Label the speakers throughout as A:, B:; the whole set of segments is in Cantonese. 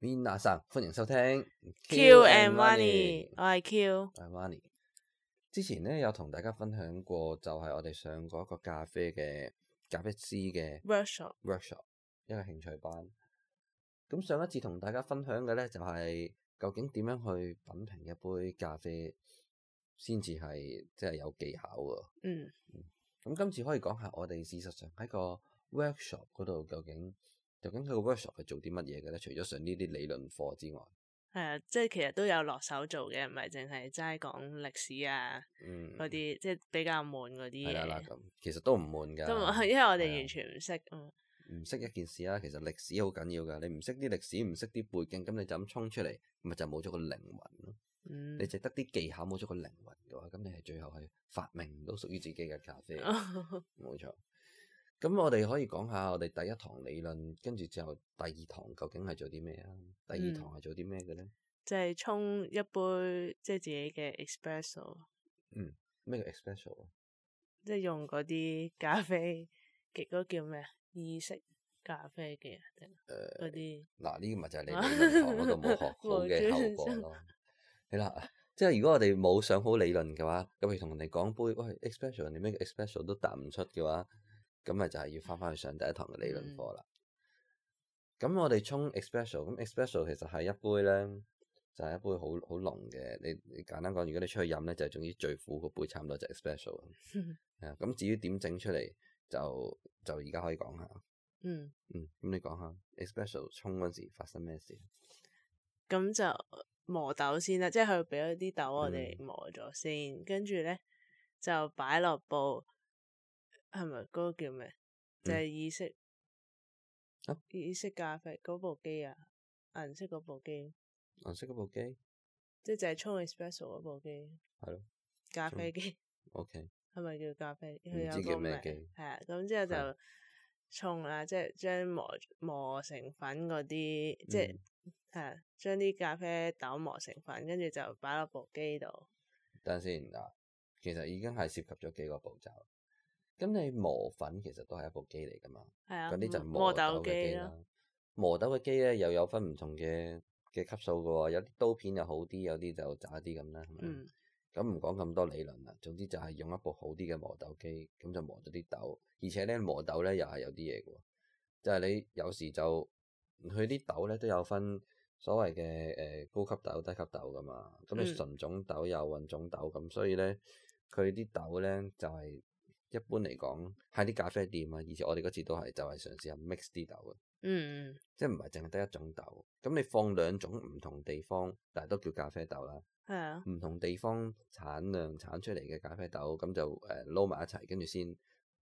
A: Mina 神，歡迎收聽
B: Q and Money，我係 Q，
A: 大 Money。之前咧有同大家分享過，就係我哋上過一個咖啡嘅咖啡師嘅
B: workshop
A: workshop，一個興趣班。咁上一次同大家分享嘅咧，就係究竟點樣去品評一杯咖啡，先至係即係有技巧喎。
B: 嗯，
A: 咁今次可以講下我哋事實上喺個 workshop 嗰度究竟究竟佢個 workshop 係做啲乜嘢嘅咧？除咗上呢啲理論課之外，
B: 係啊，即係其實都有落手做嘅，唔係淨係齋講歷史啊
A: 嗯，
B: 嗰啲，即係比較悶嗰啲
A: 係啦啦
B: 嘢。
A: 咁，其實都唔悶㗎。
B: 都唔因為我哋
A: 係啊
B: 完全唔識，嗯，
A: 唔識一件事啦，其實歷史好緊要㗎。你唔識啲歷史，唔識啲背景，咁你就咁衝出嚟，咪就冇咗個靈魂咯。
B: 嗯
A: 你淨得啲技巧，冇咗個靈魂嘅話，咁你係最後係發明唔到屬於自己嘅咖啡。
B: 哦
A: 冇錯。咁我哋可以講下我哋第一堂理論，跟住之後第二堂究竟係做啲咩啊？第二
B: 嗯
A: 堂係做啲咩嘅咧？
B: 即係沖一杯即係自己嘅 espresso，
A: 咩叫 espresso 啊？
B: 即係用嗰啲咖啡嘅嗰個叫咩啊？意式咖啡嘅定
A: 誒
B: 嗰啲，
A: 嗱，呢個咪就係你理論堂嗰度冇學好嘅後果咯。係啦，即係如果我哋冇上好理論嘅話，咁譬如同人哋講杯喂 expression，你咩 expression 都答唔出嘅話，咁咪就係要翻翻去上第一堂嘅理論課啦。咁、我哋沖 espresso，咁 espresso 其實係一杯咧，就係、一杯好好濃嘅。你你簡單講，如果你出去飲咧，就係總之最苦個杯差唔多就 espresso 啦。係啊咁至於點整出嚟，就就而家可以講下。
B: 嗯。
A: 嗯，咁你講下 espresso 沖嗰時發生咩事？啊
B: 咁就磨豆先啦，即係佢俾咗啲豆我
A: 嗯
B: 哋磨咗先，跟住咧就擺落布，係咪嗰個叫咩？就係意式
A: 嗯啊
B: 意式咖啡嗰部機啊，銀色嗰部機，
A: 我啊識嗰部機
B: 即係就係沖 espresso 嗰部機，
A: 係咯
B: 咖啡機
A: ，OK，嗯
B: 係咪叫咖啡？
A: 唔
B: 佢有
A: 知
B: 個
A: 叫咩
B: 名
A: 機
B: 係啊，咁之後
A: 係
B: 就沖啦，即係將磨磨成粉嗰啲，
A: 嗯
B: 即係係啊將啲咖啡豆磨成粉，跟住就擺落部機度。
A: 等陣先嗱，其實已經係涉及咗幾個步驟。咁你磨粉其實都係一部機嚟噶嘛，
B: 係啊，
A: 嗰啲就係
B: 磨
A: 豆
B: 豆
A: 嘅
B: 機
A: 機
B: 咯
A: 啦。。磨豆嘅機咧又有分唔同嘅嘅級數噶喎，有啲刀片又好啲，有啲就渣啲咁啦。係咪啊
B: 嗯，
A: 咁唔講咁多理論啦，總之就係用一部好啲嘅磨豆機，咁就磨咗啲豆，而且咧磨豆咧又係有啲嘢嘅喎，就係、你有時就佢啲豆咧都有分所謂嘅誒高級豆、低級豆噶嘛，咁你
B: 嗯
A: 純種豆又混種豆，咁所以咧佢啲豆咧就係、一般嚟講喺啲咖啡店啊，而且我哋嗰次都係就係嘗試係 mix 啲豆嘅。
B: 嗯，
A: 即係唔係淨係得一種豆，咁你放兩種唔同地方，但係都叫咖啡豆啦。
B: 係啊，
A: 唔同地方產量產出嚟嘅咖啡豆，咁就誒撈埋一齊，跟住先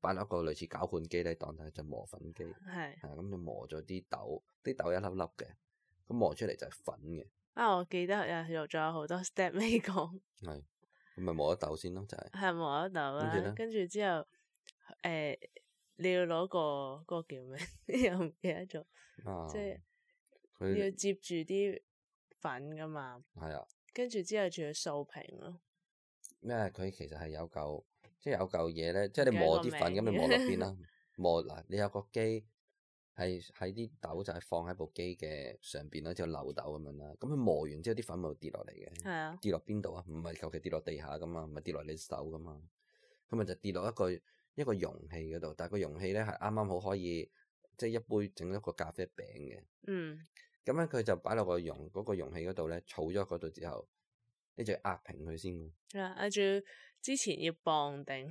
A: 擺落一個類似攪拌機咧，當係就磨粉機，
B: 係
A: 係咁就磨咗啲豆，啲豆一粒粒嘅，咁磨出嚟就係粉嘅，
B: 啊！我記得有仲有好多 step 未講，
A: 係咁咪磨咗豆先咯，就係、
B: 係磨咗豆
A: 跟住咧
B: 啦，跟住之後誒，你要攞個嗰個叫咩？ 又唔記得咗，
A: 啊，
B: 即係你要
A: 佢
B: 接住啲粉噶嘛，
A: 係啊
B: 跟住之後仲要掃平咯，
A: 咩？佢其實係有嚿，即係有嚿嘢咧，即係你
B: 唔記得
A: 磨
B: 個
A: 啲粉，咁
B: 名
A: 你磨落邊 啦？磨嗱，你有個機係喺啲豆就係放喺部機嘅上邊啦，就漏豆咁樣啦，咁佢磨完之後啲粉咪會跌落嚟嘅。
B: 係啊，
A: 跌落邊度啊？唔係求其跌落地下噶嘛，唔係跌落你手噶嘛，咁啊咪就跌落一個一個容器嗰度，但係個容器咧係啱啱好可以即係一杯整一個咖啡餅嘅，
B: 嗯
A: 咁咧佢就擺落個容嗰、個容器嗰度咧，儲咗嗰度之後，你就要壓平佢先喎，
B: 啊，啊仲要之前要磅定。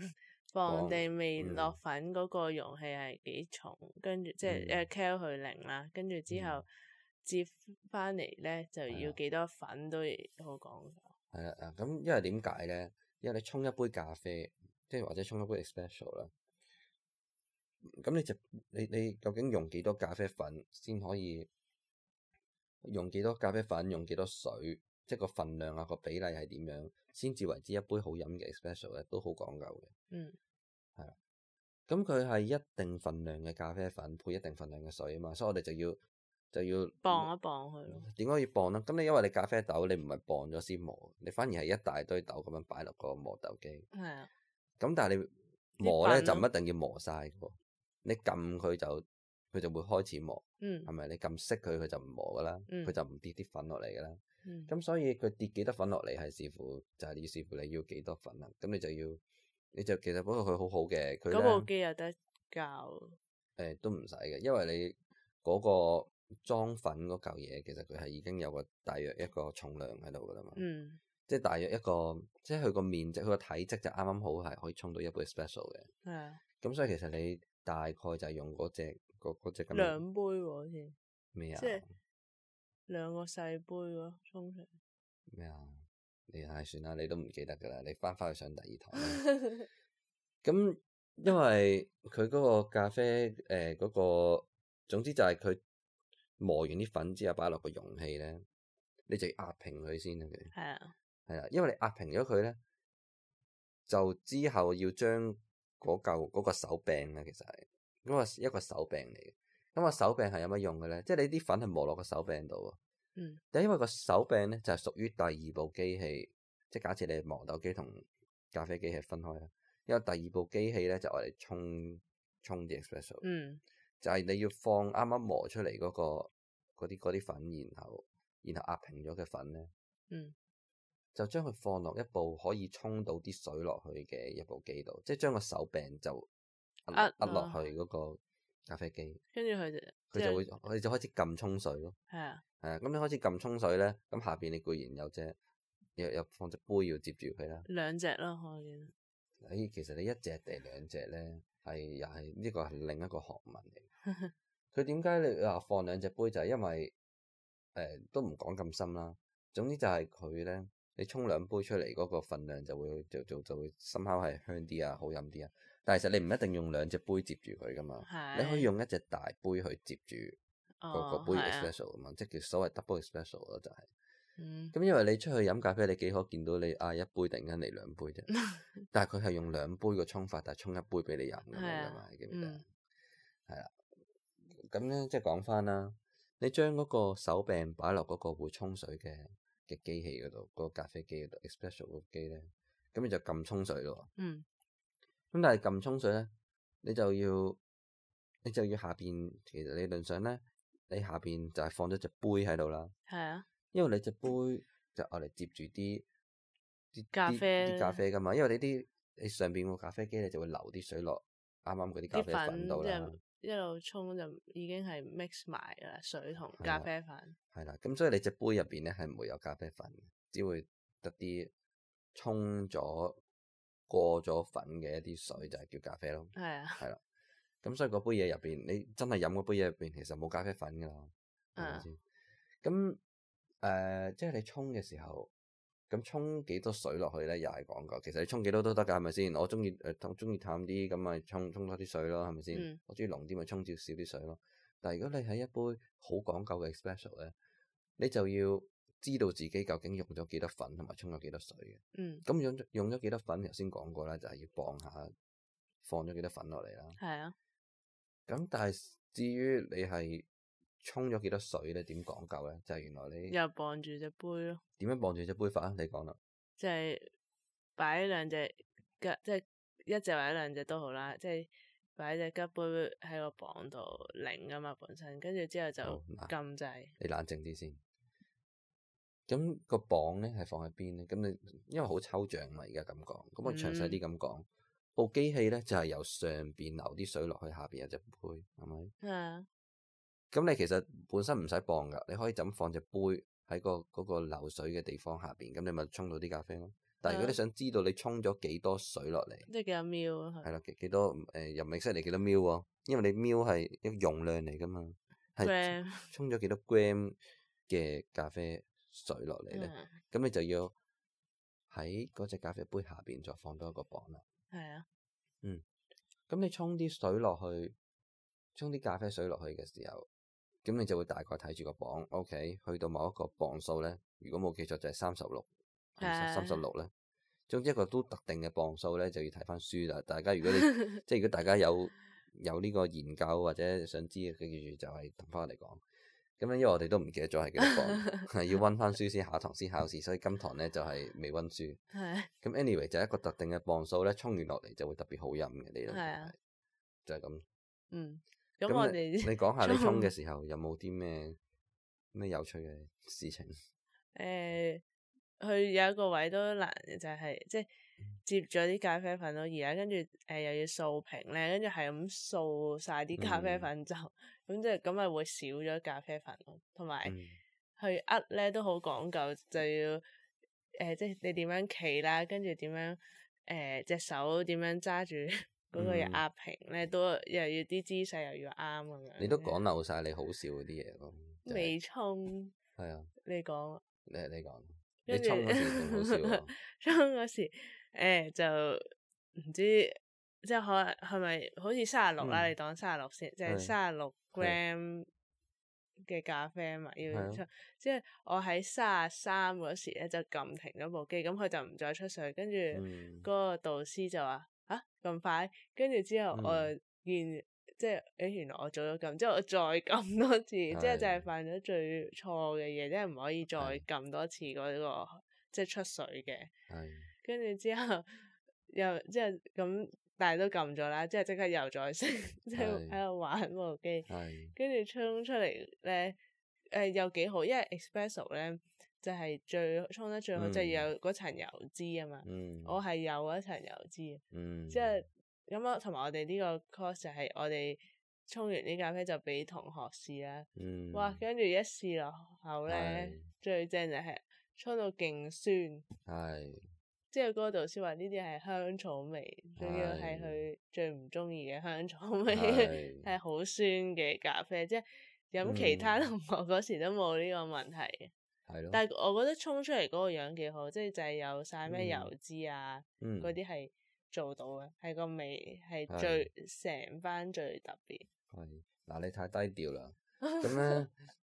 B: 磅
A: 磅
B: 定未
A: 嗯
B: 落粉嗰個容器係幾重，跟住即係
A: 嗯
B: 誒 cal 佢零啦，跟住之後接翻嚟咧就
A: 係
B: 要
A: 啊
B: 幾多粉都好講究。
A: 係啦啊，咁因為點解咧？因為你沖一杯咖啡，即係或者沖一杯 espresso 啦，咁你就你你究竟用幾多咖啡粉先可以？用幾多咖啡粉，用幾多水，即係個份量啊，個比例係點樣，先至為之一杯好飲嘅 espresso 咧，都好講究嘅。
B: 嗯，
A: 咁佢係一定份量嘅咖啡粉配一定份量嘅水啊嘛，所以我哋就要就要
B: 磅一磅佢咯。
A: 點解要磅咧？咁你因為你咖啡豆你唔係磅咗先磨，你反而係一大堆豆咁樣擺落個磨豆機。
B: 係啊，
A: 咁但係你磨咧
B: 啲粉
A: 就唔
B: 咯
A: 一定要磨晒嘅喎，你撳佢就佢就會開始磨。
B: 嗯
A: 係咪？你撳熄佢，佢就唔磨噶啦，
B: 嗯
A: 佢就唔跌啲粉落嚟噶啦。
B: 嗯
A: 咁所以佢跌幾多粉落嚟係視乎，就係、要視乎你要幾多粉啦。咁你就要，你就其實不過佢好好嘅，佢
B: 嗰
A: 咧
B: 部機有得教，
A: 誒都唔使嘅，因為你嗰個裝粉嗰嚿嘢，其實佢係已經有個大約一個重量喺度噶啦嘛。
B: 嗯
A: 即係大約一個，即係佢個面積，佢個體積就啱啱好係可以沖到一杯 special 嘅。
B: 係啊，
A: 咁所以其實你大概就係用嗰只嗰嗰只咁樣
B: 兩杯喎好似
A: 咩啊
B: 即係兩個細杯喎，通常
A: 咩啊？你唉算啦，你都唔記得㗎啦，你翻返去上第二堂啦。咁因為佢嗰個咖啡誒嗰、個，總之就係佢磨完啲粉之後擺落個容器咧，你就要壓平佢先啊佢。
B: 係啊，
A: 係啦，因為你壓平咗佢咧，就之後要將嗰嚿嗰個手柄咧，其實係嗰個一個手柄嚟嘅。咁個手柄係有乜用嘅咧？即係你啲粉係磨落個手柄度喎。
B: 嗯。
A: 但因為個手柄咧就係屬於第二部機器，即係假設你係磨豆機同咖啡機係分開啦。因為第二部機器咧就我哋沖沖啲 espresso，、
B: 嗯
A: 就係你要放啱啱磨出嚟嗰、個嗰啲嗰啲粉，然後然後壓平咗嘅粉咧。
B: 嗯
A: 就將佢放落一部可以沖到啲水落去嘅一部機度，即係將個手柄就壓
B: 壓
A: 壓落
B: 落
A: 去嗰個咖啡機，
B: 跟住佢就
A: 佢就會
B: 啊即係
A: 佢就開始撳沖水咯。
B: 係啊，
A: 係啊，咁你開始撳沖水咧，咁下邊你固然有隻有有放隻杯要接住佢啦。
B: 兩隻咯，我見
A: 誒、哎其實你一隻定兩隻咧，係又係呢個係另一個學問嚟。 佢點解你話放兩隻杯就係因為誒、都唔講咁深啦。總之就係佢咧，你沖兩杯出嚟嗰個份量就會就就就會深烤係香啲啊，好飲啲啊。但係其實你唔一定用兩隻杯接住佢噶嘛，哦
B: 係
A: 你可以用一隻大杯去接住個個
B: 哦
A: 杯
B: 係啊
A: espresso 啊嘛，即係叫所謂 double espresso 咯，就係、
B: 嗯
A: 咁因為你出去飲咖啡，你幾可見到你嗌一杯，突然間嚟兩杯 啫。但係佢係用兩杯嘅沖法，但係沖一杯俾你飲咁
B: 係
A: 樣
B: 啊
A: 噶嘛，記唔記得？
B: 嗯
A: 係啦、咁咧即係講翻啦，你將嗰個手柄擺落嗰個會沖水嘅嘅機器嗰度，嗰、個咖啡機嗰度 espresso 嗰個機咧，咁你就撳沖水咯喎。
B: 嗯
A: 咁但係撳沖水咧，你就要你就要下邊，其實理論上咧，你下邊就係放咗隻杯喺度啦。
B: 係啊，
A: 因為你隻杯就我嚟接住啲啲
B: 咖
A: 啲
B: 啡
A: 啲咖啡噶嘛，因為你啲你上邊個咖啡機你就會流啲水落啱啱嗰啲咖
B: 啲
A: 啡粉度
B: 即
A: 啦
B: 係，一路沖就已經係 mix 埋噶啦，水同
A: 係啊
B: 咖
A: 啦
B: 啡粉，
A: 係啦，咁所以你隻杯入邊咧係唔會有咖啡粉嘅，只會得啲沖咗過咗粉嘅一啲水就係叫咖啡咯，
B: 係啊，
A: 係啦，咁所以嗰杯嘢入邊你真係飲嗰杯嘢入邊其實冇咖啡粉噶啦。係咪
B: 嗯
A: 先？咁誒、呃即係你沖嘅時候，咁沖幾多水落去咧，又係講究。其實你沖幾多都得㗎，係咪先？我中意誒，中意淡啲，咁咪沖沖多啲水咯，係咪先？
B: 嗯
A: 我中意濃啲，咪沖少少啲水咯。但係如果你喺一杯好講究嘅 special 咧，你就要知道自己究竟用咗幾多粉，同埋沖咗幾多水嘅。
B: 嗯
A: 咁用咗用咗幾多粉，頭先講過啦，就係、要磅下放咗幾多粉落嚟啦。
B: 係啊，
A: 咁但係至於你係沖咗幾多水咧，點講究咧？就係、原來你
B: 又傍住隻杯咯。
A: 點樣望住隻杯法啊？你講啦，
B: 即係擺兩隻吉，即係一隻或者兩隻都好啦，即係擺隻吉杯喺個磅度零噶嘛，本身跟住之後就
A: 好啊嗱
B: 撳掣，
A: 你冷靜啲先。咁、個磅咧係放喺邊咧？咁你因為好抽象嘛，而家咁講，咁我詳細啲咁講。部機器咧就係、由上邊流啲水落去下邊有隻杯，係咪？
B: 啊，
A: 咁你其實本身唔使磅噶，你可以就咁放隻杯喺個嗰個流水嘅地方下邊，咁你咪沖到啲咖啡咯。但係如果你
B: 啊
A: 想知道你沖咗幾多水落嚟，
B: 即係幾多秒啊
A: 係啦，幾幾多誒、又唔係識嚟幾多 mil 喎，因為你 mil 係一個容量嚟噶嘛，
B: 佢
A: 係
B: gram，
A: 沖咗幾多 gram 嘅咖啡水落嚟咧，
B: 嗯
A: 咁、你就要喺嗰只咖啡杯下邊再放多一個磅啦。
B: 係啊，
A: 咁你沖啲水落去，沖啲咖啡水落去嘅時候，咁你就會大概睇住個磅，OK，去到某一個磅數咧，如果冇記錯就係三十六，
B: 係
A: 三十六咧。總之一個都特定嘅磅數咧，就要睇翻書啦。大家如果你即係如果大家有有呢個研究或者想知嘅，記住就係同翻我哋講。咁咧，因為我哋都唔記得咗係幾多磅，係要温翻書先，下堂先考試，所以今堂咧就係、未温書。
B: 係啊
A: 咁 anyway 就係一個特定嘅磅數咧，沖完落嚟就會特別好飲嘅，理論上
B: 係啊
A: 係就係咁。
B: 嗯咁我哋
A: 你講下你沖嘅時候有冇啲咩咩有趣嘅事情？
B: 誒，佢呃有一個位都難，就係即係接咗啲咖啡粉咯，而家跟住誒又要掃屏咧，跟住係咁掃晒啲咖
A: 嗯
B: 啡粉就咁即係咁咪會少咗咖啡粉咯，同埋
A: 嗯
B: 去呃咧都好講究，就要誒即係你點樣企啦，跟住點樣誒隻手點樣揸住嗰個嘢
A: 嗯
B: 壓平咧，都又要啲姿勢又要啱咁樣。
A: 你都講漏晒你好笑嗰啲嘢咯。就係
B: 未沖，
A: 係啊，
B: 你講。
A: 你你講，你
B: 跟住
A: 沖嗰時仲好笑 啊！
B: 裝嗰時，誒就唔知即係可能係咪好似三十六啦？
A: 嗯
B: 你當三十六先，就係
A: 係
B: 三十六
A: 係
B: gram 嘅咖啡嘛，要
A: 係啊
B: 出。即係我喺三十三嗰時咧就撳停咗部機，咁佢就唔再出水。跟住
A: 嗯
B: 嗰個導師就話：啊咁快！跟住之後
A: 嗯
B: 我見。即係誒、欸原來我做咗咁，之後我再撳多次，之後就係
A: 係
B: 犯咗最錯嘅嘢，即係唔可以再
A: 係
B: 撳多次嗰、個即係出水嘅。
A: 係
B: 跟住之後又之後咁，但係都撳咗啦，之後即刻又再升， 即係
A: 係
B: 喺度玩部機，
A: 係
B: 跟住沖出嚟咧，誒、又幾好，因為 espresso 咧就係、最沖得最好，就係
A: 嗯
B: 有嗰層油脂啊嘛，
A: 嗯
B: 我係有嗰層油脂，
A: 嗯
B: 之後咁啊，同埋我哋呢個 course 就係我哋沖完啲咖啡就俾同學試啦，
A: 嗯
B: 哇！跟住一試落口咧
A: 係，
B: 最正就係沖到勁酸。
A: 係
B: 之後嗰個導師話呢啲係香草味，仲要係佢最唔中意嘅香草味，
A: 係
B: 係好酸嘅咖啡，即係飲其他
A: 嗯
B: 同學嗰時都冇呢個問題嘅。
A: 係咯，
B: 但係我覺得沖出嚟嗰個樣幾好，即係就係有晒咩油脂啊
A: 嗯
B: 嗰啲係做到嘅，係個味係最成班最特別。
A: 係嗱，你太低調 啦。咁咧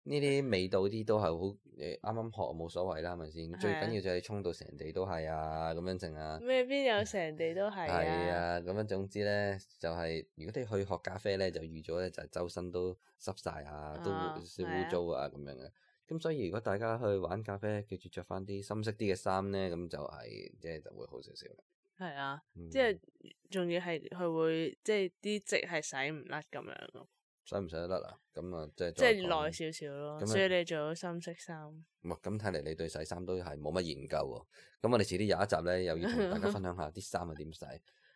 A: 呢啲味道啲都係好誒，啱啱學冇所謂啦，係咪先？最
B: 係啊
A: 緊要就係沖到成地都係啊，咁樣淨啊。
B: 咩邊有成地都係
A: 係
B: 啊？
A: 啊，咁樣總之咧，就係、如果你去學咖啡咧，就預咗咧就係周身都濕晒啊，都
B: 啊
A: 會少
B: 係啊
A: 污糟啊咁樣嘅。咁所以如果大家去玩咖啡，記住着翻啲深色啲嘅衫咧，咁就係即係就會好少少啦。
B: 係啊，
A: 嗯
B: 即係仲要係佢會即係啲跡係洗唔甩咁樣咯。
A: 使唔使得啦？咁啊，即係
B: 即係
A: 再
B: 耐
A: 講
B: 少少
A: 咁
B: 咯，
A: 啊
B: 所以你最好深色衫。
A: 哇，咁睇嚟你對洗衫都係冇乜研究喎。咁我哋遲啲有一集咧，又要同大家分享下啲衫係點洗，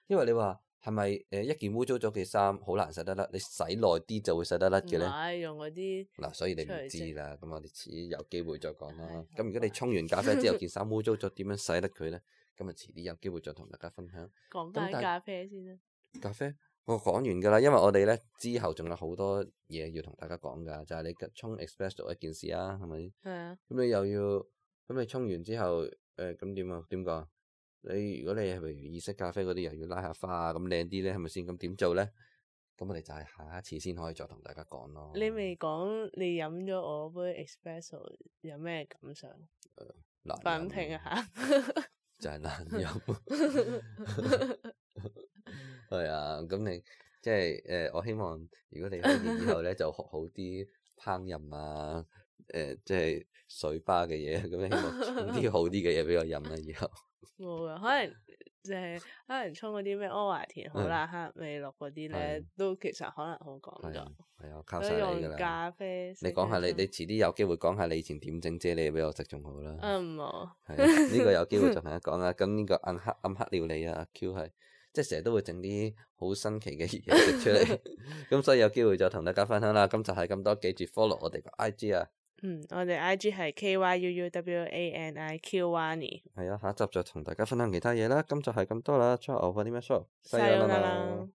A: 因為你話係咪誒一件污糟咗嘅衫好難洗得甩？你洗耐啲就會洗得甩
B: 唔
A: 嘅咧？
B: 係用嗰啲
A: 嗱，所以你
B: 出嚟
A: 唔知
B: 啫
A: 啦。咁我哋遲啲有機會再講啦
B: 唉好。
A: 咁如果你
B: 啊
A: 沖完咖啡 之後件衫污糟咗，點樣洗得佢咧？咁啊，遲啲有機會再同大家分享
B: 講
A: 但
B: 翻
A: 係
B: 咖啡先啦。
A: 咖啡。我講完㗎啦，因為我哋咧之後仲有好多嘢要同大家講㗎，就係、你嘅沖 espresso 一件事啊，係咪？
B: 係啊，
A: 咁你又要咁你沖完之後，誒咁點啊？點講啊？你如果你係譬如意式咖啡嗰啲，又要拉下花啊，咁靚啲咧，係咪先？咁點做咧？咁我哋就係下一次先可以再同大家講咯。
B: 你未講你飲咗我杯 espresso 有咩感想？
A: 啊難
B: 快咁
A: 飲
B: 停
A: 啊
B: 下。
A: 就係難飲。係啊，咁你即係誒、呃我希望如果你可以以後咧就學好啲烹飪啊，誒、即係水吧嘅嘢，咁你希望沖啲好啲嘅嘢俾我飲啦，以後
B: 冇啊，可能就係可能沖嗰啲咩阿華田好啦、黑美露嗰啲咧
A: 嗯係，
B: 都其實可能好講
A: 係啊
B: 究。
A: 係啊，靠
B: 都
A: 晒你㗎
B: 用
A: 啦。
B: 咖啡色
A: 你
B: 嘅
A: 講下你
B: 沖
A: 你遲啲有機會講下你以前點整啫喱俾我食仲好啦。
B: 嗯冇
A: 係啊，呢個有機會再同你講啊啦。咁呢個暗黑暗黑料理啊，阿 Q 係即係成日都會整啲好新奇嘅嘢食出嚟， 咁所以有機會再同大家分享啦。今集係咁多，記住 follow 我哋個 IG 啊，
B: 嗯，我哋 I G 係 K Y U U W A N E， I Q Wani，
A: 係啊，下一集再同大家分享其他嘢啦。今集係咁多啦，最後我啲咩 show，
B: 西柚啦啦。